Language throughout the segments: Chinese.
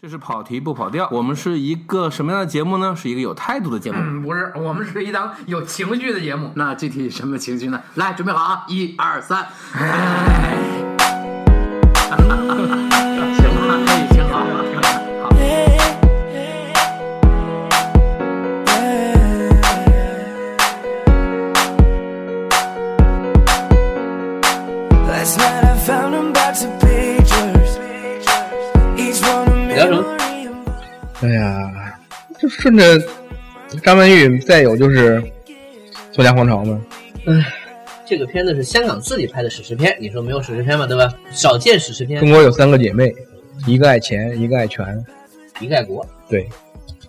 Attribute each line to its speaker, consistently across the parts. Speaker 1: 这是跑题不跑调。我们是一个什么样的节目呢？是一个有态度的节目。
Speaker 2: 嗯，不是，我们是一档有情绪的节目。
Speaker 3: 那具体什么情绪呢？来，准备好啊！一二三，行了，可以挺好，挺好。
Speaker 4: Last night I found him back to pictures. Each one a memory.
Speaker 5: 哎呀，就顺着张曼玉，再有就是《作家皇朝》嘛。
Speaker 6: 这个片子是香港自己拍的史诗片，你说没有史诗片嘛，对吧？少见史诗片
Speaker 5: 中，国有三个姐妹，一个爱钱，一个爱权，
Speaker 6: 一个爱国。
Speaker 5: 对，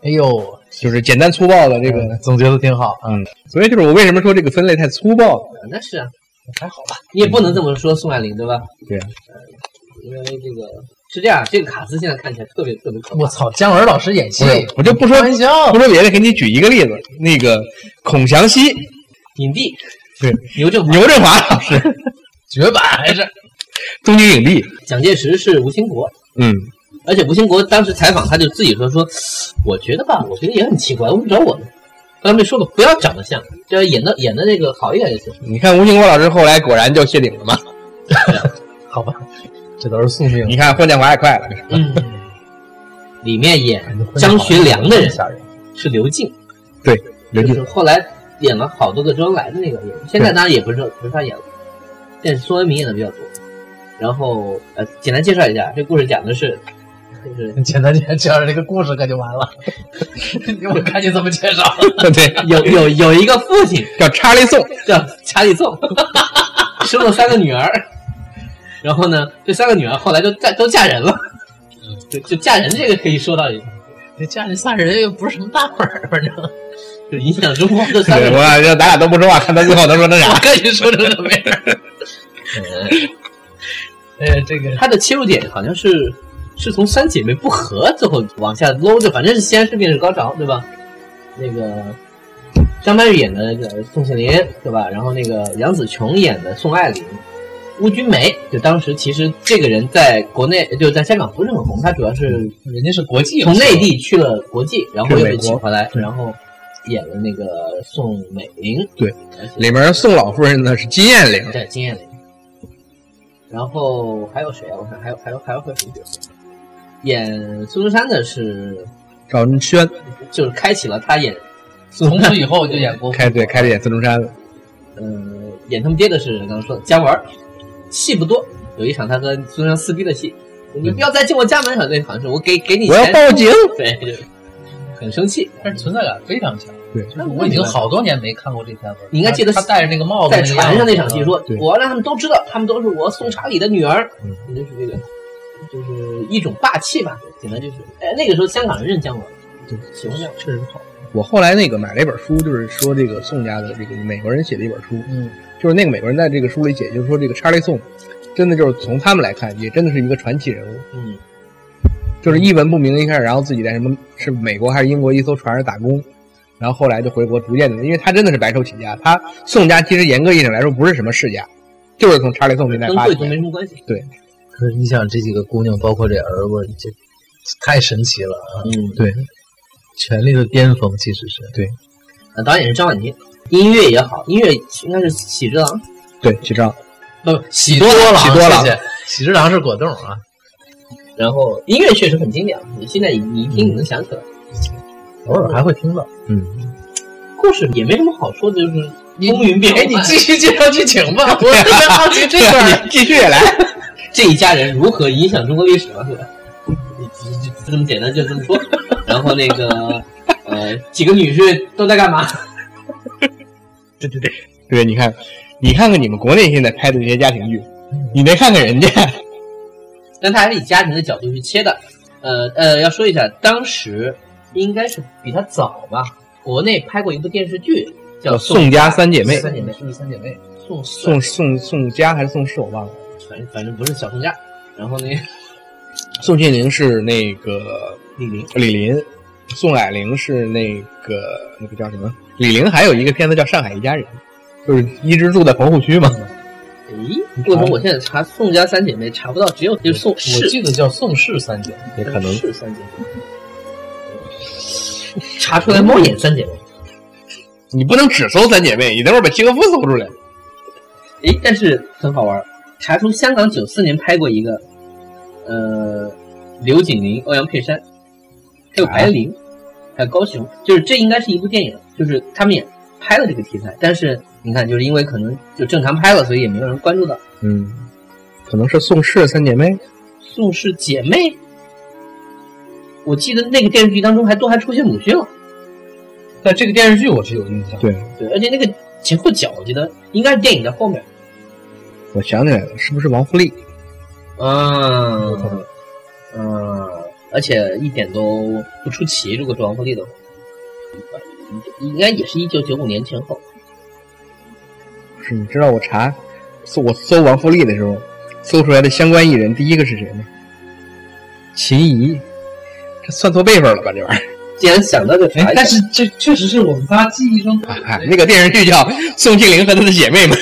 Speaker 7: 哎呦，
Speaker 5: 就是简单粗暴的这
Speaker 7: 这
Speaker 5: 个。
Speaker 7: 个总结的挺好啊。
Speaker 5: 嗯，所以就是我为什么说这个分类太粗暴了？
Speaker 6: 那是啊，还好吧，你也不能这么说宋霭龄，对吧？
Speaker 5: 对啊
Speaker 6: 呃，因为这个是这样，这个卡斯现在看起来特别特别可怕
Speaker 7: 我。操，姜文老师演戏
Speaker 5: 不，是，我就不说
Speaker 7: 开玩笑
Speaker 5: 不说别的，给你举一个例子，那个孔祥熙、
Speaker 6: 影帝
Speaker 5: 对
Speaker 6: 牛正华、
Speaker 5: 牛振华老师，
Speaker 7: 绝版还是
Speaker 5: 东京影帝，
Speaker 6: 蒋介石是吴兴国，
Speaker 5: 嗯，
Speaker 6: 而且吴兴国当时采访他就自己说说，我觉得吧，我觉得也很奇怪，为什么找我呢？刚才没说了，不要长得像，就要演的演的那个好一点就行。
Speaker 5: 你看吴兴国老师后来果然就谢顶了嘛，
Speaker 7: 好吧？这都是宿命。
Speaker 5: 你看霍建华也快了，
Speaker 6: 嗯，里面演 张学良的人
Speaker 7: 吓人，
Speaker 6: 是刘静，
Speaker 5: 刘
Speaker 6: 就
Speaker 5: 静
Speaker 6: 是后来演了好多个周恩来的那个演员，现在当然也不是不是他演了，但是宋文明演的比较多。然后呃，简单介绍一下，这故事讲的是，就是
Speaker 7: 简单点介绍这个故事可就完 了。我看你怎么介绍。
Speaker 5: 对，
Speaker 6: 有有有一个父亲
Speaker 5: 叫查理宋，
Speaker 6: 叫查理宋，生了三个女儿，然后呢，这三个女儿后来都嫁都嫁人了，
Speaker 5: 嗯
Speaker 6: 就就嫁人这个可以说到，
Speaker 7: 这家里仨人又不是什么大本儿，反正
Speaker 6: 就影响中国的三个
Speaker 5: 对，
Speaker 6: 人。
Speaker 5: 我就咱俩都不说话，看他最后能说那啥
Speaker 7: 我。跟你说成什么样儿。呃，这个
Speaker 6: 他的切入点好像是是从三姐妹不和最后往下搂着，反正是西安事变是高潮，对吧？那个张曼玉演的那个宋庆龄，对吧？然后那个杨紫琼演的宋爱玲，邬君梅就当时其实这个人在国内就在香港不是很红，他主要是
Speaker 7: 人家是国际游
Speaker 6: 从
Speaker 7: 戏
Speaker 6: 内地去了国际，然后又被
Speaker 5: 去美国
Speaker 6: 请回来，然后演了那个宋美龄，
Speaker 5: 对
Speaker 6: 而且，
Speaker 5: 里面宋老夫人呢是金燕玲，
Speaker 6: 对，金燕玲。然后还有谁啊？我看还有还有还有还有什么角色？演苏中山的是，
Speaker 5: 赵文轩
Speaker 6: 就是开启了他演苏
Speaker 7: 从
Speaker 6: 中山
Speaker 7: 此，以后就演国服
Speaker 5: 开对开着演孙中山了，
Speaker 6: 嗯、演他们爹的是刚刚说的姜文儿，戏不多，有一场他跟苏中山撕逼的戏，你不要再进我家门，好像那好像是我给给你
Speaker 5: 我要
Speaker 6: 钱，
Speaker 5: 报警。
Speaker 6: 对，就是很生气。
Speaker 7: 但是存在感非常强。
Speaker 5: 对
Speaker 7: 就是我已经好多年没看过这片子了。
Speaker 6: 你应该记得
Speaker 7: 他他戴着那个帽子，
Speaker 6: 在船上那场戏，说
Speaker 5: 对，
Speaker 6: 我要让他们都知道，他们都是我宋查理的女儿
Speaker 5: 嗯，
Speaker 6: 就是这个，就是一种霸气吧，简单就是，哎，那个时候香港人认姜文，
Speaker 5: 对，
Speaker 6: 喜欢这样，
Speaker 5: 确实好。我后来那个买了一本书，就是说这个宋家的这个美国人写的一本书，
Speaker 7: 嗯，
Speaker 5: 就是那个美国人在这个书里写，就是说这个查理宋，真的就是从他们来看，也真的是一个传奇人物，
Speaker 6: 嗯，
Speaker 5: 就是一文不名一开始，然后自己在什么是美国还是英国一艘船上打工，然后后来就回国，逐渐的，因为他真的是白手起家，他宋家其实严格意义上来说不是什么世家，就是从查理宋那代
Speaker 6: 跟
Speaker 5: 发
Speaker 6: 贵
Speaker 5: 起
Speaker 6: 族
Speaker 5: 来
Speaker 6: 没什
Speaker 5: 的。
Speaker 6: 么关系，
Speaker 7: 可是你想这几个姑娘，包括这儿子，这太神奇了啊！
Speaker 6: 嗯，
Speaker 7: 对，权力的巅峰其实是
Speaker 6: 那导演是张婉婷，音乐也好，音乐应该是喜之郎，
Speaker 5: 对，启章，
Speaker 6: 不，
Speaker 7: 喜
Speaker 5: 多
Speaker 7: 郎，
Speaker 5: 喜多郎
Speaker 7: 谢谢，喜之郎是果冻啊。
Speaker 6: 然后音乐确实很经典，你现在你一听你能想起来，
Speaker 7: 偶尔还会听到。
Speaker 6: 故事也没什么好说的，就是风云变
Speaker 7: 哎，
Speaker 6: 幻
Speaker 7: 你，继续介绍剧情吧， 我特别好奇这
Speaker 5: 对
Speaker 7: 段
Speaker 5: 啊，
Speaker 7: 儿。
Speaker 5: 你继续也来。
Speaker 6: 这一家人如何影响中国历史了，是吧？你你就这么简单，就这么说。 然后那个呃，几个女婿都在干嘛？
Speaker 5: 对对对， 对，你看，你看看你们国内现在拍的这些家庭剧，你再看看人家，
Speaker 6: 但他还是以家庭的角度去切的。呃呃，要说一下，当时应该是比他早吧，国内拍过一部电视剧叫《
Speaker 5: 宋家三姐妹，
Speaker 6: 三姐妹
Speaker 7: 是不是三姐妹？
Speaker 6: 宋
Speaker 5: 宋宋宋家还是宋氏我忘了，
Speaker 6: 反正反正不是小宋家。然后呢，
Speaker 5: 宋庆龄是那个
Speaker 6: 李玲
Speaker 5: 李林，宋霭龄是那个那个嗯叫什么？李玲还有一个片子叫《上海一家人》，就是一直住在棚户区嘛。
Speaker 6: 咦，为什么我现在查宋家三姐妹查不到，只有就是宋
Speaker 7: 我
Speaker 6: 氏
Speaker 7: 记得叫宋氏三姐，也可能
Speaker 6: 宋氏三姐妹， 查出来猫眼三姐妹。
Speaker 5: 你不能只搜三姐妹，你等会儿把契诃夫搜出来。
Speaker 6: 诶，但是很好玩儿，查出香港九四年拍过一个，呃，刘景林、欧阳佩珊，还有白灵，还有高雄，就是这应该是一部电影，就是他们也拍了这个题材，但是你看，就是因为可能就正常拍了，所以也没有人关注到
Speaker 5: 嗯，可能是宋氏三姐妹。
Speaker 6: 宋氏姐妹。我记得那个电视剧当中还都还出现鲁迅了，
Speaker 7: 但这个电视剧我是有印象。
Speaker 5: 对，
Speaker 6: 对，而且那个前后脚我记得应该是电影的后面，
Speaker 5: 我想起来了，是不是王富利？
Speaker 6: 嗯，嗯，而且一点都不出奇，如果是王鹤棣的话，应该也是一九九五年前后。
Speaker 5: 是，你知道我查搜我搜王富利的时候，搜出来的相关艺人第一个是谁吗？秦怡，这算错辈分了吧？这玩意儿。
Speaker 6: 既然想到就查
Speaker 7: 哎
Speaker 6: 一，下，
Speaker 7: 但是这确实是我们仨记忆中
Speaker 5: 哎，那个电视剧叫《宋庆龄和她的姐妹们》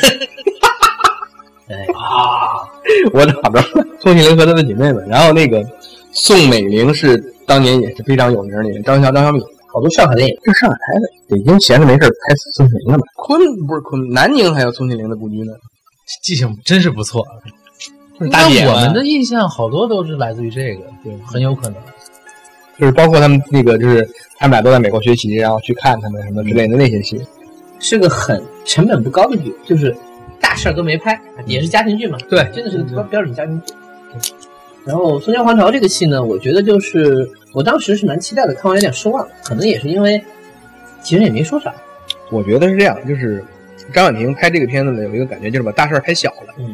Speaker 6: 哎。
Speaker 5: 啊， 我找着了，宋庆龄和她的姐妹们。然后那个宋美龄是当年也是非常有名的演员，张小张小米。
Speaker 6: 好多上海电影，
Speaker 5: 这上海台北京闲着没事儿拍宋庆龄了吧？昆不是昆，南宁还有宋庆龄的故居呢。
Speaker 7: 记性真是不错。
Speaker 5: 大姐
Speaker 7: 那我
Speaker 5: 们
Speaker 7: 们的印象好多都是来自于这个，对，很有可能。
Speaker 5: 就是包括他们那个，就是他们俩都在美国学习，然后去看他们什么之类的那些戏。
Speaker 6: 是个很成本不高的剧，就是大事儿都没拍，也是家庭剧嘛。
Speaker 7: 对
Speaker 6: 真的是个标标准家庭剧。然后《松江皇朝》这个戏呢，我觉得就是我当时是蛮期待的，看完有点失望，可能也是因为其实也没说啥，
Speaker 5: 我觉得是这样，就是张婉婷拍这个片子呢，有一个感觉就是把大事儿拍小了。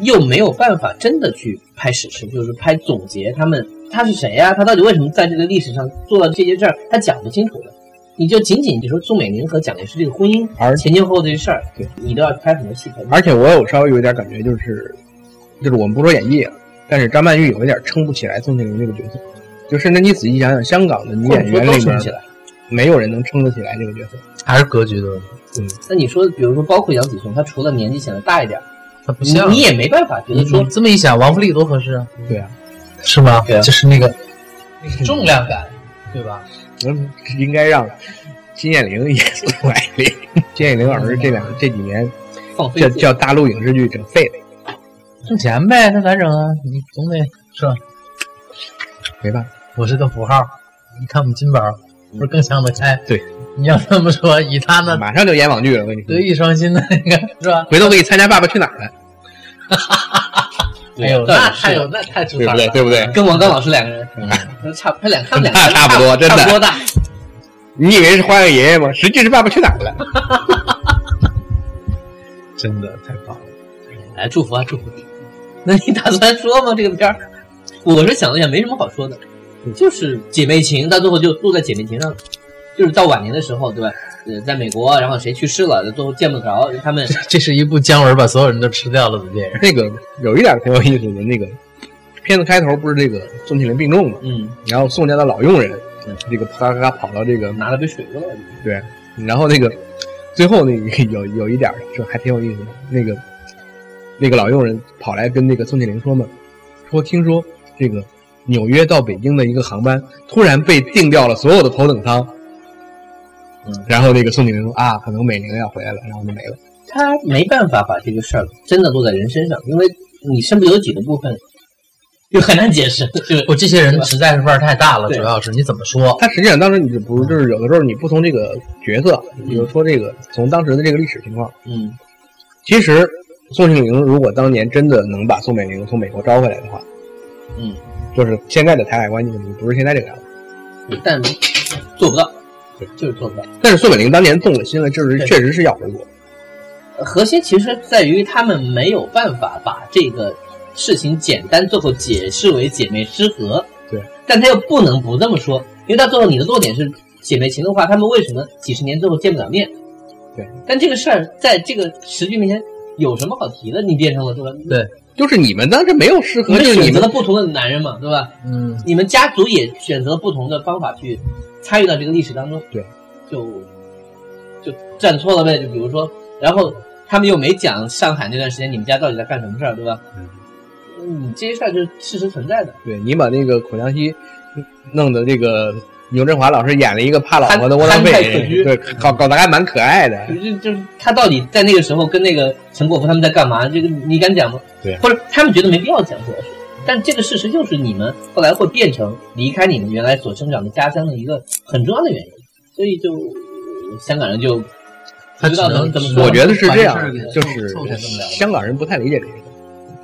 Speaker 6: 又没有办法真的去拍史诗，就是拍总结他们他是谁呀、他到底为什么在这个历史上做到这些事儿，他讲不清楚的。你就仅仅就说宋美龄和蒋介石这个婚姻
Speaker 5: 而
Speaker 6: 前前后后这事儿，
Speaker 5: 对
Speaker 6: 你都要拍很多戏才
Speaker 5: 而且我有稍微有一点感觉，就是就是我们不说演绎啊，但是张曼玉有一点撑不起来宋庆龄这个角色。就甚至你仔细想想，香港的女
Speaker 6: 或者
Speaker 5: 演
Speaker 6: 说
Speaker 5: 员
Speaker 6: 都
Speaker 5: 里
Speaker 6: 撑
Speaker 5: 面
Speaker 6: 不起来。
Speaker 5: 没有人能撑得起来这个角色。
Speaker 7: 还是格局的问题，
Speaker 6: 那你说，比如说包括杨紫琼，她除了年纪显得大一点，
Speaker 7: 他不
Speaker 6: 你
Speaker 7: 像
Speaker 6: 你也没办法觉
Speaker 7: 你
Speaker 6: 得说
Speaker 5: 嗯
Speaker 7: 你这么一想，王富利多合适啊？
Speaker 5: 对啊，
Speaker 7: 是吗？
Speaker 6: 对啊
Speaker 7: 就是那个 那个重量感，对吧？
Speaker 5: 嗯，应该让金燕玲 演宋霭龄。金燕玲老师这两这几年
Speaker 6: 放飞
Speaker 5: 叫
Speaker 6: 自
Speaker 5: 叫大陆影视剧整废了，
Speaker 7: 挣钱呗，那咋整啊？你总得是吧？
Speaker 5: 没办法。
Speaker 7: 我是个符号，你看我们金宝不是更想得开？
Speaker 5: 对，
Speaker 7: 你要这么说，以他那
Speaker 5: 马上就演网剧了，我跟你说
Speaker 7: 德。艺双馨的那个是吧？
Speaker 5: 回头可以参加《爸爸去哪儿》了，
Speaker 6: 己
Speaker 7: 哎呦，
Speaker 6: 对
Speaker 7: 那太有那太出彩了，
Speaker 5: 不对？
Speaker 6: 跟王刚老师两个人，嗯差不他俩他们两 个
Speaker 5: 啊差不多真的
Speaker 6: 差不多大。
Speaker 5: 你以为是花样爷爷吗？实际是《爸爸去哪儿》了。
Speaker 7: 真的太棒了。
Speaker 6: 来祝福啊，祝福你。 那你打算说吗？这个片儿，我是想了想，没什么好说的，就是姐妹情，到最后就落在姐妹情上了。就是到晚年的时候，对吧？呃，在美国，然后谁去世了，最后见不着他们。
Speaker 7: 这是一部姜文把所有人都吃掉了的电影，
Speaker 5: 那个有一点挺有意思的，那个片子开头不是这个宋庆龄病重嘛，
Speaker 6: 嗯，
Speaker 5: 然后宋家的老佣人，嗯这个啪咔咔跑到这个，
Speaker 6: 拿了杯水过来。
Speaker 5: 然后那个最后那个有有一点这还挺有意思的，那个那个老佣人跑来跟那个宋庆龄说嘛，说听说这个纽约到北京的一个航班突然被订掉了所有的头等舱。然后那个宋庆龄说啊，可能美玲要回来了，然后就没了。
Speaker 6: 他没办法把这个事儿真的落在人身上，因为你身不由己的部分就很难解释。就是
Speaker 7: 不，这些人实在是腕儿太大了，
Speaker 6: 对
Speaker 7: 主要是你怎么说？
Speaker 5: 他实际上当时你就不是，就是有的时候你不从这个角色，比如说这个从当时的这个历史情况，
Speaker 6: 嗯，
Speaker 5: 其实宋庆龄如果当年真的能把宋美龄从美国招回来的话，
Speaker 6: 嗯，
Speaker 5: 就是现在的台海关系问题不是现在这个样子。
Speaker 6: 但做不到，就是做不到。
Speaker 5: 但是宋美龄当年动了心了，就是
Speaker 6: 对
Speaker 5: 确实是要回国，
Speaker 6: 核心其实在于他们没有办法把这个事情简单最后解释为姐妹失和，
Speaker 5: 对，
Speaker 6: 但他又不能不这么说，因为到最后你的落点是姐妹情的话，他们为什么几十年最后见不了面？
Speaker 5: 对，
Speaker 6: 但这个事儿在这个时局面前有什么好提的？你变成了对吧？
Speaker 7: 对
Speaker 5: 就是你们当时没有适
Speaker 6: 你
Speaker 5: 合，
Speaker 6: 们
Speaker 5: 就是你
Speaker 6: 选择了
Speaker 5: 们
Speaker 6: 不同的男人嘛，对吧？
Speaker 7: 嗯，
Speaker 6: 你们家族也选择了不同的方法去参与到这个历史当中。
Speaker 5: 对，
Speaker 6: 就就站错了呗。就比如说，然后他们又没讲上海那段时间你们家到底在干什么事儿，对吧？嗯，这些事儿就是事实存在的。
Speaker 5: 对你把那个孔祥熙弄得这个牛振华老师演了一个怕老婆的窝囊
Speaker 6: 憨憨态可
Speaker 5: 废，
Speaker 6: 掬
Speaker 5: 对，搞搞得还蛮可爱的。
Speaker 6: 就就是他到底在那个时候跟那个陈果夫他们在干嘛？这个你敢讲吗？
Speaker 5: 对啊
Speaker 6: 或者他们觉得没必要讲，主要是，但这个事实就是你们后来会变成离开你们原来所生长的家乡的一个很重要的原因，所以就香港人就
Speaker 7: 他
Speaker 6: 不知道
Speaker 7: 只
Speaker 6: 怎么
Speaker 7: 能
Speaker 6: 怎么说。
Speaker 5: 我觉得是这
Speaker 7: 把
Speaker 5: 样
Speaker 7: 这事儿，给
Speaker 5: 就是
Speaker 7: 凑凑合着聊
Speaker 5: 香港人不太理解这个事，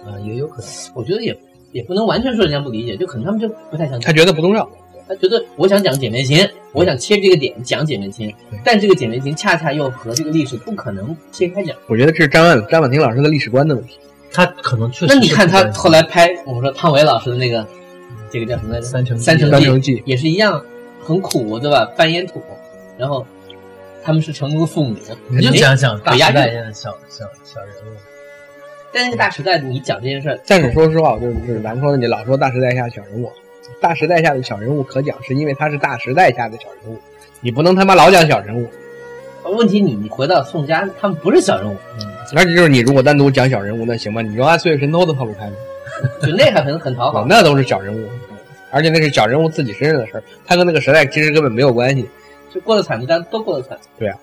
Speaker 7: 啊，也有可能。
Speaker 6: 我觉得也也不能完全说人家不理解，就可能他们就不太想
Speaker 5: 他
Speaker 6: 讲。
Speaker 5: 觉得不重要。
Speaker 6: 他觉得我想讲姐妹情，我想切这个点讲姐妹情，但这个姐妹情恰恰又和这个历史不可能切开讲。
Speaker 5: 我觉得这是张万张婉婷老师的历史观的问题。
Speaker 7: 他可能确实
Speaker 6: 那
Speaker 7: 是
Speaker 6: 你看他
Speaker 7: 不
Speaker 6: 后来拍我们说汤唯老师的那个，这个叫什么来着？
Speaker 7: 三成
Speaker 6: 三成
Speaker 5: 三成记
Speaker 6: 也是一样，很苦对吧？扮烟土，然后他们是成功的父母，
Speaker 7: 你就
Speaker 6: 哎
Speaker 7: 想想大
Speaker 6: 我
Speaker 7: 时
Speaker 6: 押
Speaker 7: 代
Speaker 6: 韵
Speaker 7: 现在小小小人物，
Speaker 6: 但是大时代你讲这件事儿，
Speaker 5: 但是说实话，就是咱们说的，你老说大时代下的小人物，啊大时代下的小人物可讲，是因为他是大时代下的小人物，你不能他妈老讲小人物。
Speaker 6: 问题你你回到宋家，他们不是小人物，
Speaker 5: 而且就是你如果单独讲小人物，那行吧，你就按《岁月神偷》都套路他们，
Speaker 6: 就那还很很讨 好。
Speaker 5: 那都是小人物，而且那是小人物自己身上的事儿，他跟那个时代其实根本没有关系。
Speaker 6: 就过得惨就当都过得惨。
Speaker 5: 对啊，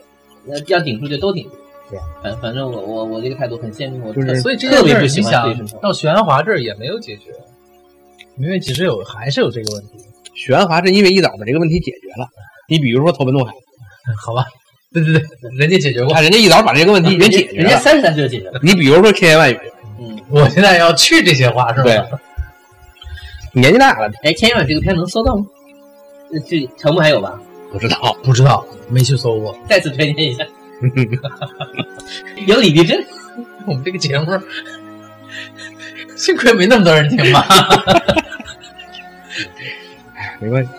Speaker 6: 那要顶住就都顶住。
Speaker 5: 对啊，
Speaker 6: 反反正我我我这个态度很鲜明，我
Speaker 5: 就是
Speaker 6: 特
Speaker 7: 所以这
Speaker 6: 特
Speaker 7: 件事
Speaker 6: 别
Speaker 7: 儿
Speaker 6: 不
Speaker 7: 你
Speaker 6: 喜欢
Speaker 7: 想到许鞍华这儿也没有解决，因为其实有还是有这个问题，
Speaker 5: 许鞍华是因为一早把这个问题解决了，你比如说投奔怒海，
Speaker 7: 好吧？对对对，人家解决过。
Speaker 5: 啊，人家一早把这个问题
Speaker 6: 人
Speaker 5: 给
Speaker 6: 家
Speaker 5: 解
Speaker 7: 啊
Speaker 5: 决
Speaker 6: 人家
Speaker 5: 了。
Speaker 6: 三十三岁就解决了。
Speaker 5: 你比如说千言万语，
Speaker 6: 嗯，
Speaker 7: 我现在要去这些话是吧？
Speaker 5: 对，年纪大了
Speaker 6: 哎，千言万语这个片能搜到吗？呃这成不还有吧？
Speaker 5: 不知道，
Speaker 7: 不知道，没去搜过。
Speaker 6: 再次推荐一下，有李丽珍，
Speaker 7: 我们这个节 目，幸亏没那么多人听吧。
Speaker 5: 没关系。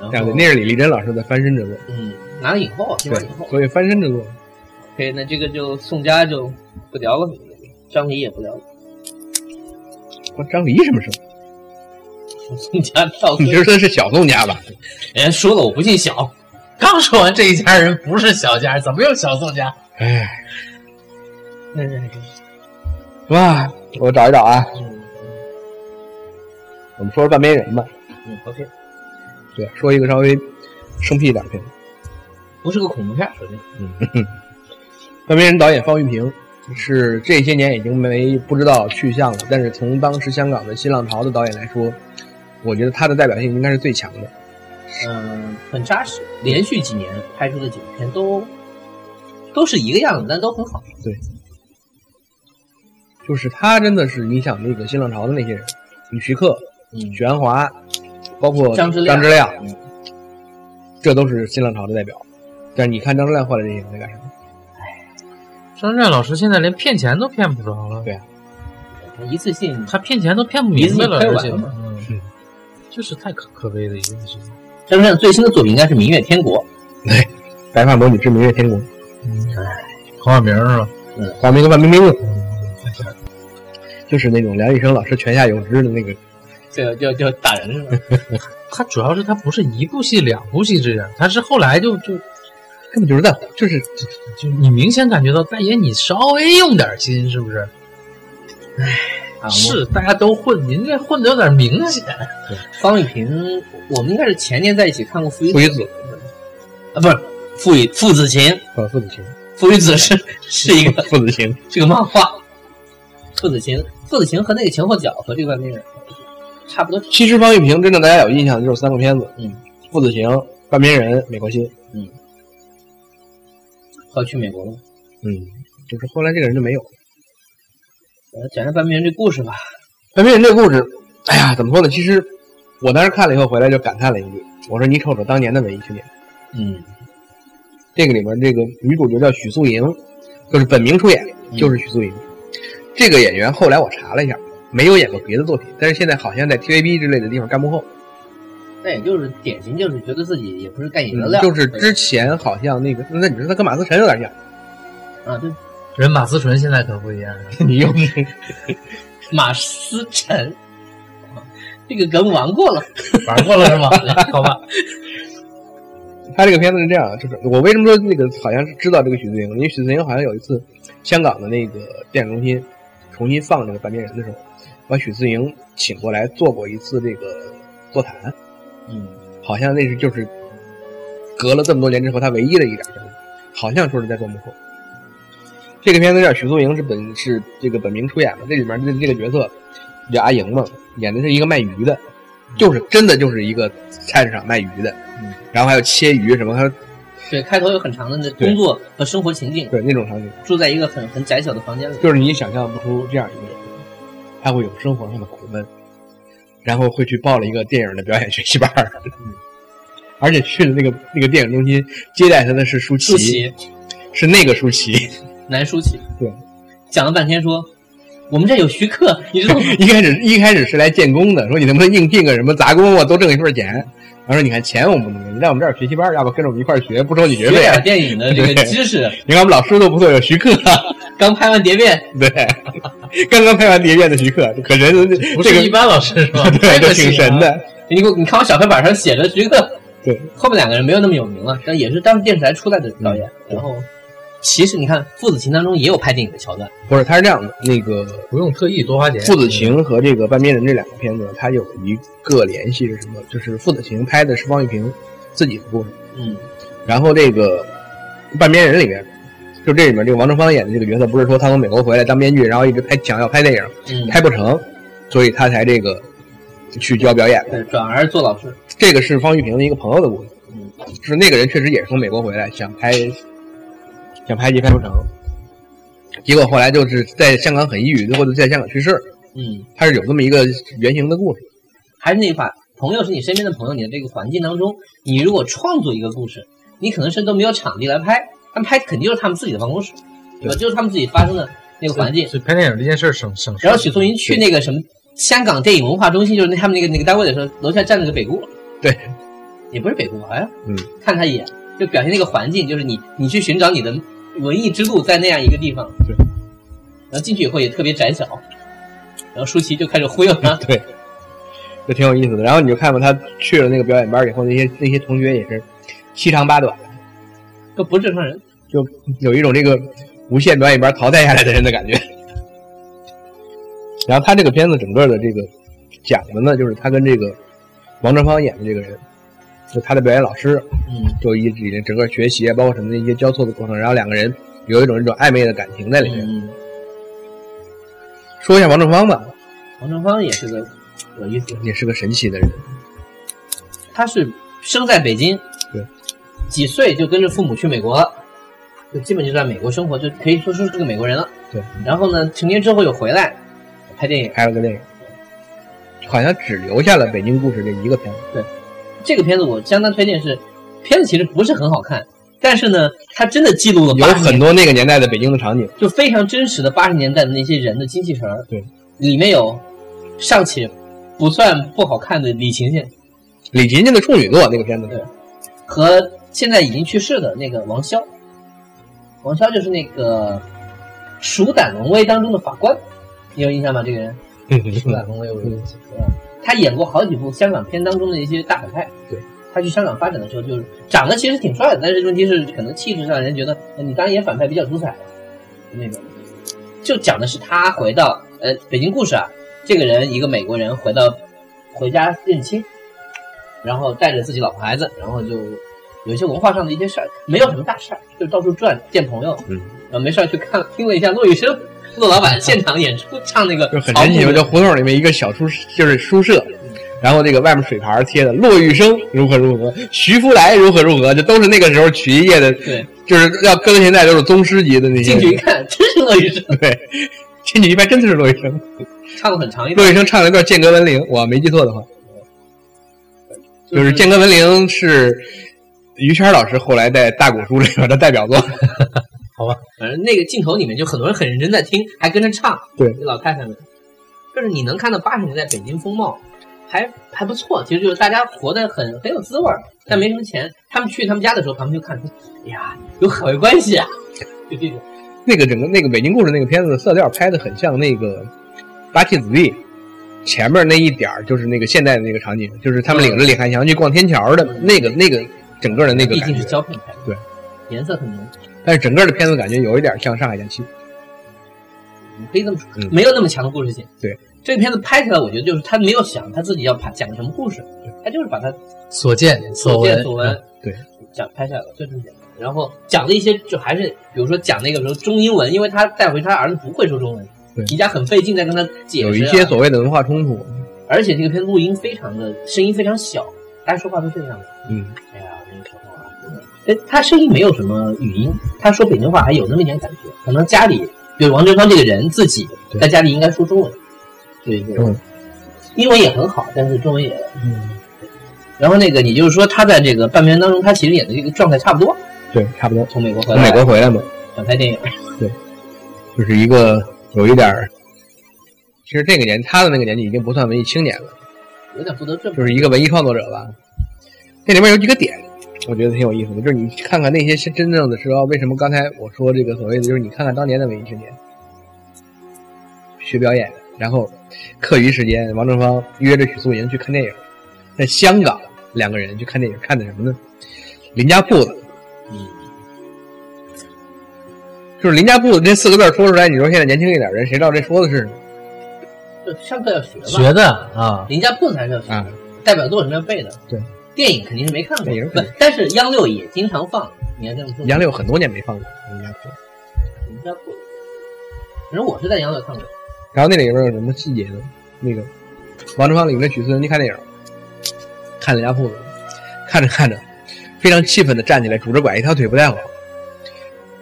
Speaker 6: 然
Speaker 5: 但
Speaker 6: 后
Speaker 5: 那是李丽珍老师的翻身之作，
Speaker 6: 嗯拿了影后，拿了影后
Speaker 5: 对，。所以翻身之作，
Speaker 6: OK，那这个就宋佳就不聊了，张黎也不聊了，
Speaker 5: 关张黎什么事？
Speaker 6: 宋佳到
Speaker 5: 你
Speaker 6: 最后
Speaker 5: 是说是小宋家吧？
Speaker 6: 人家说了我不姓小，
Speaker 7: 刚说完这一家人不是小家，怎么又小宋家？
Speaker 5: 哎，
Speaker 6: 嗯
Speaker 5: 哇，我找一找啊，
Speaker 6: 嗯
Speaker 5: 我们说说半边人吧。
Speaker 6: 嗯，OK，
Speaker 5: 对，说一个稍微生僻一点的片子。
Speaker 6: 不是个恐怖片，首先。
Speaker 5: 半边人导演方玉平是这些年已经没不知道去向了，但是从当时香港的新浪潮的导演来说，我觉得他的代表性应该是最强的。
Speaker 6: 嗯，很扎实，连续几年拍出的几部片都都是一个样子，但都很好。
Speaker 5: 就是他真的是你想那个新浪潮的那些人，李徐克、
Speaker 6: 嗯
Speaker 5: 许鞍华，包括
Speaker 6: 张之亮
Speaker 5: 张之亮，这都是新浪潮的代表。但是你看张之亮后来这些人在干什么？
Speaker 7: 张震老师现在连骗钱都骗不着了，
Speaker 6: 嗯一次性
Speaker 7: 他骗钱都骗不
Speaker 6: 明
Speaker 7: 明
Speaker 6: 白
Speaker 7: 白
Speaker 6: 了
Speaker 7: 了，
Speaker 6: 而
Speaker 7: 而
Speaker 6: 且
Speaker 7: 且，嗯，这是太可可悲的一件事情。
Speaker 6: 张亮最新的作品应该是《明月天国》，
Speaker 5: 白发魔女之明月天宫，
Speaker 7: 黄晓明是吧？
Speaker 5: 黄明跟范冰冰，就是那种梁羽生老师泉下有知的那个
Speaker 6: 就就就打人是吧？
Speaker 7: 他主要是他不是一部戏两部戏这样，他是后来就就
Speaker 5: 根本就是在就是
Speaker 7: 就你明显感觉到大爷你稍微用点心是不是？
Speaker 6: 啊，
Speaker 7: 是大家都混，您这混的有点明显。
Speaker 6: 我方玉平，我们应该是前年在一起看过《父与
Speaker 5: 父与子
Speaker 6: 啊，不是《父与父子情》，《
Speaker 5: 呃父子情，
Speaker 6: 父与子》 是是一个
Speaker 5: 父子情，
Speaker 6: 是个漫画，《父子情》《父子情》和那个《前后脚》和这个那个差不多。
Speaker 5: 其实方玉平真正大家有印象的就是三个片子，
Speaker 6: 嗯，
Speaker 5: 父子情、半边人、美国心，
Speaker 6: 后来去美国了。
Speaker 5: 嗯，就是后来这个人就没有了。
Speaker 6: 呃，讲一下半边人这故事吧。
Speaker 5: 半边人这个故事，哎呀，怎么说呢？其实我当时看了以后回来就感叹了一句，我说你瞅瞅当年的文艺青年。
Speaker 6: 嗯，
Speaker 5: 这个里面这个女主角叫许素莹，就是本名出演，就是许素莹。这个演员后来我查了一下，没有演过别的作品，但是现在好像在 TVB 之类的地方干幕后。
Speaker 6: 那也就是典型，就是觉得自己也不是干演员的
Speaker 5: 嗯
Speaker 6: 料，
Speaker 5: 就是之前好像那个，那你说他跟马思纯有点像，
Speaker 6: 啊，对，
Speaker 7: 人马思纯现在可不一样了，
Speaker 5: 你又
Speaker 6: 马思辰，这个梗玩过了，
Speaker 7: 玩过了是吗？ 好吧，
Speaker 5: 他这个片子是这样，就是我为什么说那个好像是知道这个许素莹，因为许素莹好像有一次香港的那个电影中心重新放这个《半边人》的时候，把许志莹请过来做过一次这个座谈，
Speaker 6: 嗯，
Speaker 5: 好像那是就是隔了这么多年之后他唯一的一点消息，好像说是在做幕后。这个片子叫许素莹是本是这个本名出演的，这里面的这个角色叫阿莹嘛，演的是一个卖鱼的，就是真的就是一个菜市场卖鱼的，
Speaker 6: 嗯
Speaker 5: 然后还有切鱼什么，他
Speaker 6: 对，开头有很长的那
Speaker 5: 对
Speaker 6: 工作和生活情景，
Speaker 5: 对那种场景，
Speaker 6: 住在一个很很窄小的房间里。
Speaker 5: 就是你想象不出这样一个人，他会有生活上的苦闷，然后会去报了一个电影的表演学习班儿， 而且去的那个那个电影中心接待他的是舒
Speaker 6: 舒
Speaker 5: 淇，
Speaker 6: 淇，
Speaker 5: 是那个舒淇，
Speaker 6: 男舒淇，
Speaker 5: 对，
Speaker 6: 讲了半天说我们这有徐克，你知道吗？
Speaker 5: 一开始一开始是来建工的，说你能不能硬进个什么杂工啊，多挣一份钱。然后说你看钱我们不能给你，在我们这儿有学习班，要不跟着我们一块儿学，不收你学
Speaker 6: 学
Speaker 5: 费。
Speaker 6: 点电影的这个
Speaker 5: 对
Speaker 6: 知识，
Speaker 5: 你看我们老师都不错，有徐克，啊
Speaker 6: 刚拍完《蝶变
Speaker 5: 对， 刚刚拍完《蝶变》的徐克，可人
Speaker 7: 不
Speaker 5: 这
Speaker 7: 是
Speaker 5: 个
Speaker 7: 一般老师是吧？
Speaker 5: 对，
Speaker 6: 这
Speaker 5: 这
Speaker 6: 个
Speaker 5: 挺
Speaker 6: 行啊
Speaker 5: 神的。》，
Speaker 6: 你给我你看我小黑板上写着徐克，
Speaker 5: 对，
Speaker 6: 后面两个人没有那么有名了，但也是当时电视台出来的导演。然后，其实你看《父子情》当中也有拍电影的桥段，
Speaker 5: 不是，他是这样的，那个
Speaker 7: 不用特意多花钱。
Speaker 5: 《父子情》和这个《半边人》这两个片子，它有一个联系是什么？就是《父子情》拍的是方玉平自己的故事，
Speaker 6: 嗯，
Speaker 5: 然后这个《半边人》里面，就这里面这个王正芳演的这个角色，不是说他从美国回来当编剧，然后一直拍想要拍电影，
Speaker 6: 嗯，
Speaker 5: 拍不成，所以他才这个去教表演
Speaker 6: 对，
Speaker 5: 的。
Speaker 6: 转而做老师，
Speaker 5: 这个是方玉平的一个朋友的故事
Speaker 6: 嗯，
Speaker 5: 是那个人确实也是从美国回来，想拍想拍戏拍不成，结果后来就是在香港很抑郁，最后就在香港去世了。
Speaker 6: 嗯，
Speaker 5: 它是有这么一个原型的故事。
Speaker 6: 还是那句话，朋友是你身边的朋友，你的这个环境当中，你如果创作一个故事，你可能甚至都没有场地来拍，但拍肯定就是他们自己的办公室，对吧？就是他们自己发生的那个环境。
Speaker 7: 所以拍电影这件事儿省省事
Speaker 6: 然后许嵩云去那个什么香港电影文化中心，就是那他们那个那个单位的时候，楼下站了个北姑，
Speaker 5: 对，
Speaker 6: 也不是北姑，好像
Speaker 5: 嗯，
Speaker 6: 看他一眼，就表现那个环境，就是你你去寻找你的文艺之路，在那样一个地方，
Speaker 5: 对，
Speaker 6: 然后进去以后也特别窄小，然后舒淇就开始忽悠 他，
Speaker 5: 对，就挺有意思的。然后你就看吧，他去了那个表演班以后，那些那些同学也是七长八短，
Speaker 6: 都不是正常人。
Speaker 5: 就有一种这个无限表演班淘汰下来的人的感觉。 然后他这个片子整个的这个讲的呢，就是他跟这个王正芳演的这个人，就他的表演老师，
Speaker 6: 嗯，
Speaker 5: 就一直整个学习啊，包括什么的一些交错的过程，然后两个人有一种这种暧昧的感情在里面。
Speaker 6: 嗯，
Speaker 5: 说一下王正芳吧，
Speaker 6: 王正芳也是个有意思的，
Speaker 5: 也是个神奇的人，
Speaker 6: 他是生在北京，
Speaker 5: 对，
Speaker 6: 几岁就跟着父母去美国了，就基本就在美国生活，就可以说是这个美国人了。
Speaker 5: 对，
Speaker 6: 然后呢，成年之后又回来拍电影。
Speaker 5: 拍了个电影，好像只留下了《北京故事》这一个片子。
Speaker 6: 这个片子我相当推荐是，片子其实不是很好看，但是呢，它真的记录了
Speaker 5: 有
Speaker 6: 80
Speaker 5: 很
Speaker 6: 年
Speaker 5: 多那个年代的北京的场景，
Speaker 6: 就非常真实的八十年代的那些人的精气神儿。
Speaker 5: 对，
Speaker 6: 里面有尚且不算不好看的李勤勤
Speaker 5: 李勤那个处女座那个片
Speaker 6: 对
Speaker 5: 子，
Speaker 6: 和现在已经去世的那个王骁，王骁就是那个《鼠胆龙威》当中的法官，你有印象吗？这个人，
Speaker 7: 出来，我也
Speaker 5: 嗯
Speaker 7: 有印象。
Speaker 6: 他演过好几部香港片当中的一些大反派。
Speaker 5: 对，
Speaker 6: 他去香港发展的时候，就是长得其实挺帅的，但是问题是可能气质上人觉得呃你当演反派比较出彩，那种。就讲的是他回到呃北京故事啊，这个人一个美国人回到回家认亲，然后带着自己老婆孩子，然后就有一些文化上的一些事儿，没有什么大事儿，就到处转见朋友，
Speaker 5: 嗯，
Speaker 6: 然后没事儿去看听了一下骆玉笙。骆老板现场演出唱那个
Speaker 5: 就很
Speaker 6: 曹
Speaker 5: 神奇。
Speaker 6: 木
Speaker 5: 我
Speaker 6: 的
Speaker 5: 就胡同里面一个小书，就是书社，然后这个外面水牌儿贴的骆玉笙如何如何，徐福来如何如何，这都是那个时候曲艺界的，
Speaker 6: 对，
Speaker 5: 就是要搁到现在都是宗师级的那些
Speaker 6: 进
Speaker 5: 人。
Speaker 6: 去一看，真是乐于生，
Speaker 5: 对，进去一般真的是骆玉笙，
Speaker 6: 唱了很长一
Speaker 5: 骆
Speaker 6: 段。
Speaker 5: 玉笙唱了一段《剑阁文铃》，我没记错的话，就是《剑阁文铃》是于谦老师后来在大鼓书里面的代表作。
Speaker 6: 反正那个镜头里面就很多人很认真在听，还跟着唱。
Speaker 5: 对，
Speaker 6: 老太太们，就是你能看到八十年代北京风貌，还还不错。其实就是大家活得很很有滋味儿，但没什么钱。他们去他们家的时候，旁边就看出，哎呀，有好有关 系啊，就这种。
Speaker 5: 那个整个那个《北京故事》那个片子的色调拍的很像那个《八旗子弟》，前面那一点儿就是那个现代的那个场景，就是他们领着李汉祥去逛天桥的那个那个整个的那
Speaker 6: 嗯
Speaker 5: 个
Speaker 6: 毕
Speaker 5: 感
Speaker 6: 竟是
Speaker 5: 觉。
Speaker 6: 胶片拍，
Speaker 5: 对，
Speaker 6: 颜色很浓。
Speaker 5: 但是整个的片子感觉有一点像《上海滩七》，
Speaker 6: 你可以这么说
Speaker 5: 嗯，
Speaker 6: 没有那么强的故事性。
Speaker 5: 对，
Speaker 6: 这个片子拍起来，我觉得就是他没有想他自己要拍讲什么故事，他就是把他
Speaker 7: 所见
Speaker 6: 所见
Speaker 7: 闻，
Speaker 6: 所闻，
Speaker 5: 啊对，
Speaker 6: 讲拍下来了，就这么简单。然后讲的一些就还是，比如说讲那个时候中英文，因为他带回他儿子不会说中文
Speaker 5: 对，
Speaker 6: 迪迦很费劲在跟他解释、啊。
Speaker 5: 有一些所谓的文化冲突，
Speaker 6: 而且这个片录音非常的声音非常小，大家说话都这个样子。
Speaker 5: 嗯，
Speaker 6: 哎呀，那个时候啊，真的，哎，他声音没有什么语音，他说北京话还有那么一点感觉，可能家里就是王振芳这个人自己
Speaker 5: 对
Speaker 6: 在家里应该说中文，对对，
Speaker 5: 嗯
Speaker 6: 英文也很好，但是中文也，嗯，然后那个，也就是说，他在这个半边当中，他其实演的这个状态差不多，
Speaker 5: 对，差不多。
Speaker 6: 从美国回
Speaker 5: 从
Speaker 6: 来，
Speaker 5: 美国回来嘛，
Speaker 6: 想拍电影，
Speaker 5: 就是一个有一点儿，其实这个年他的那个年纪已经不算文艺青年了，
Speaker 6: 有点不得正，
Speaker 5: 就是一个文艺创作者吧。这里面有几个点，我觉得挺有意思的，就是你看看那些是真正的时候，为什么刚才我说这个所谓的，就是你看看当年的文艺青年，学表演，然后课余时间，王正芳约着许素莹去看电影，在香港两个人去看电影，看的什么呢？林家铺子。就是林家铺子这四个字儿说出来，你说现在年轻一点人，谁知道这说的是什么？
Speaker 6: 就上课要学嘛，
Speaker 7: 学的啊，
Speaker 6: 林家不还是要学
Speaker 5: 啊，
Speaker 6: 代表作什么要背的，
Speaker 5: 对，
Speaker 6: 电影肯定是没看过
Speaker 5: 电影，
Speaker 6: 不
Speaker 5: 肯定，
Speaker 6: 但是央六也经常放，你要这么说，
Speaker 5: 杨柳很多年没放过林家铺子。
Speaker 6: 林家铺，反正我是在央六看过，
Speaker 5: 然后那里边有什么细节呢？那个王志芳领着许思文去看电影，看了家铺子，看着看着，非常气愤的站起来，拄着拐，一条腿不太好，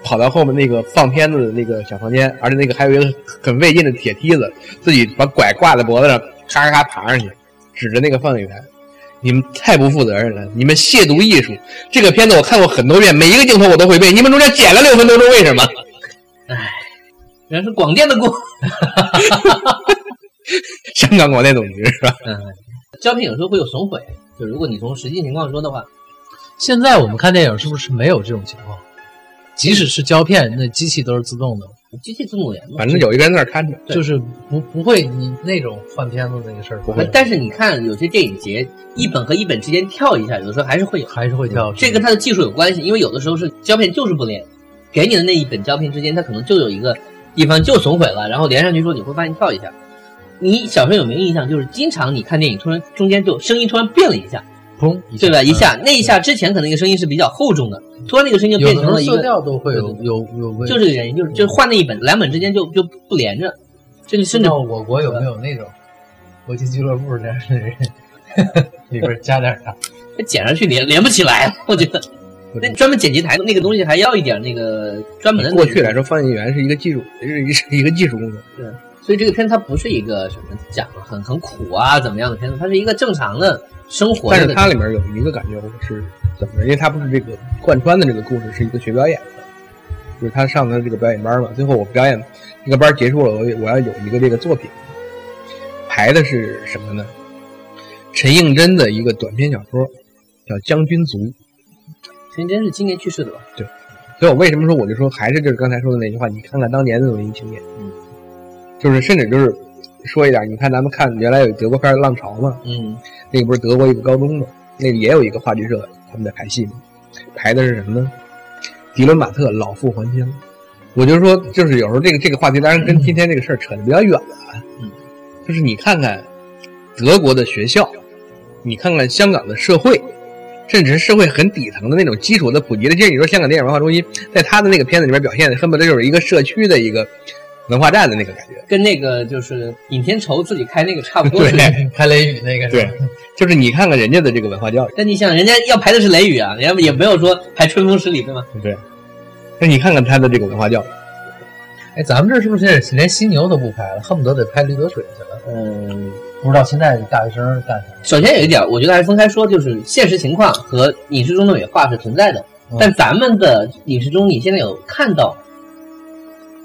Speaker 5: 跑到后面那个放片子的那个小房间，而且那个还有一个很费劲的铁梯子，自己把拐挂在脖子上，咔咔咔爬上去，指着那个放映员。你们太不负责任了！你们亵渎艺术。这个片子我看过很多遍，每一个镜头我都会背。你们中间剪了六分多钟，为什么？
Speaker 6: 原来是广电的故。
Speaker 5: 香港广电总局是吧？
Speaker 6: 胶片有时候会有损毁，就如果你从实际情况说的话，
Speaker 7: 现在我们看电影是不是没有这种情况？即使是胶片，那机器都是自动的，
Speaker 6: 机器字幕源嘛。
Speaker 5: 反正有一个人在那儿看着。
Speaker 6: 对
Speaker 7: 就是不不会你那种换片子那个事儿不会，
Speaker 6: 但是你看，有些电影节一本和一本之间跳一下，有的时候还是会有。
Speaker 7: 还是会跳。
Speaker 6: 这跟它的技术有关系，因为有的时候是胶片就是不连，给你的那一本胶片之间，它可能就有一个地方就损毁了，然后连上去之后，你会发现跳一下。你小时候有没有印象？就是经常你看电影，突然中间就声音突然变了一下，
Speaker 7: 砰，
Speaker 6: 对吧？一下那一下之前可能那个声音是比较厚重的，突然那个声音就
Speaker 7: 有
Speaker 6: 变
Speaker 7: 的时
Speaker 6: 成
Speaker 7: 候
Speaker 6: 了一
Speaker 7: 色
Speaker 6: 个
Speaker 7: 调都会有有有问题。嗯
Speaker 6: 就这个原因，就是就是换了一本，两本之间就就不连着，这个
Speaker 7: 不
Speaker 6: 甚
Speaker 7: 知
Speaker 6: 至
Speaker 7: 道我国有没有那种国际俱乐部这样的人， 里边加点啥？
Speaker 6: 剪上去连连不起来，我觉得
Speaker 5: 不是
Speaker 6: 那专门剪辑台的那个东西还要一点那个专门的
Speaker 5: 过去来说，翻译员是一个技术，是一是一个技术 工作。
Speaker 6: 所以这个片它不是一个什么讲很很苦啊怎么样的片子，它是一个正常的生活
Speaker 5: 但
Speaker 6: 的那
Speaker 5: 是
Speaker 6: 种。
Speaker 5: 它里面有一个感觉我是怎么着？因为它不是这个贯穿的这个故事，是一个学表演的，就是他上的这个表演班嘛。最后我表演这个班结束了，我我要有一个这个作品，排的是什么呢？陈应真的一个短篇小说叫《将军族》。
Speaker 6: 陈真是今年去世的吧？
Speaker 5: 所以我为什么说我就说还是就是刚才说的那句话，你看看当年的文艺青年，
Speaker 6: 嗯，
Speaker 5: 就是甚至就是说一点，你看咱们看原来有德国片儿《浪潮》嘛，
Speaker 6: 嗯，
Speaker 5: 那个不是德国一个高中吗？那里也有一个话剧社，他们在排戏嘛，排的是什么呢？迪伦马特《老妇还乡》。我就说，就是有时候这个这个话题，当然跟今天这个事儿扯得比较远了啊。
Speaker 6: 嗯，
Speaker 5: 就是你看看德国的学校，你看看香港的社会，甚至是社会很底层的那种基础的普及的。其实你说香港电影文化中心，在他的那个片子里面表现的，恨不得就是一个社区的一个文化站的那个感觉。
Speaker 6: 跟那个就是尹天仇自己开那个差不 多
Speaker 5: 对
Speaker 6: 是吧。
Speaker 7: 开雷雨那个是吧，
Speaker 5: 就是你看看人家的这个文化教育。
Speaker 6: 但你想，人家要排的是雷雨啊，人家也没有说排春风十里，对吗？
Speaker 5: 对，那你看看他的这个文化教育，
Speaker 7: 哎，咱们这是不是连犀牛都不拍了，恨不得得拍驴得水去了？
Speaker 6: 嗯，
Speaker 7: 不知道现在大学生干啥？
Speaker 6: 首先有一点，我觉得还是分开说，就是现实情况和影视中的美化是存在的。
Speaker 7: 嗯
Speaker 6: 但咱们的影视中，你现在有看到，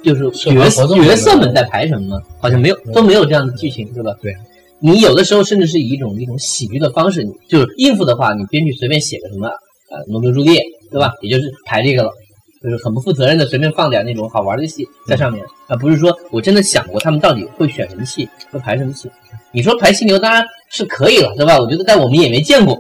Speaker 6: 就是
Speaker 7: 社会
Speaker 6: 角色
Speaker 7: 活动里面
Speaker 6: 角色们在排什么吗？好像没有，
Speaker 7: 嗯
Speaker 6: 都没有这样的剧情，对吧？
Speaker 5: 对。
Speaker 6: 你有的时候甚至是以一种一种喜剧的方式，你就是应付的话，你编剧随便写个什么呃《罗密欧与朱丽叶》，对吧？
Speaker 7: 嗯
Speaker 6: 也就是排这个了，就是很不负责任的随便放点那种好玩的戏
Speaker 7: 嗯
Speaker 6: 在上面，而不是说我真的想过他们到底会选什么戏，会排什么戏。你说排犀牛当然是可以了，对吧？我觉得在我们也没见过，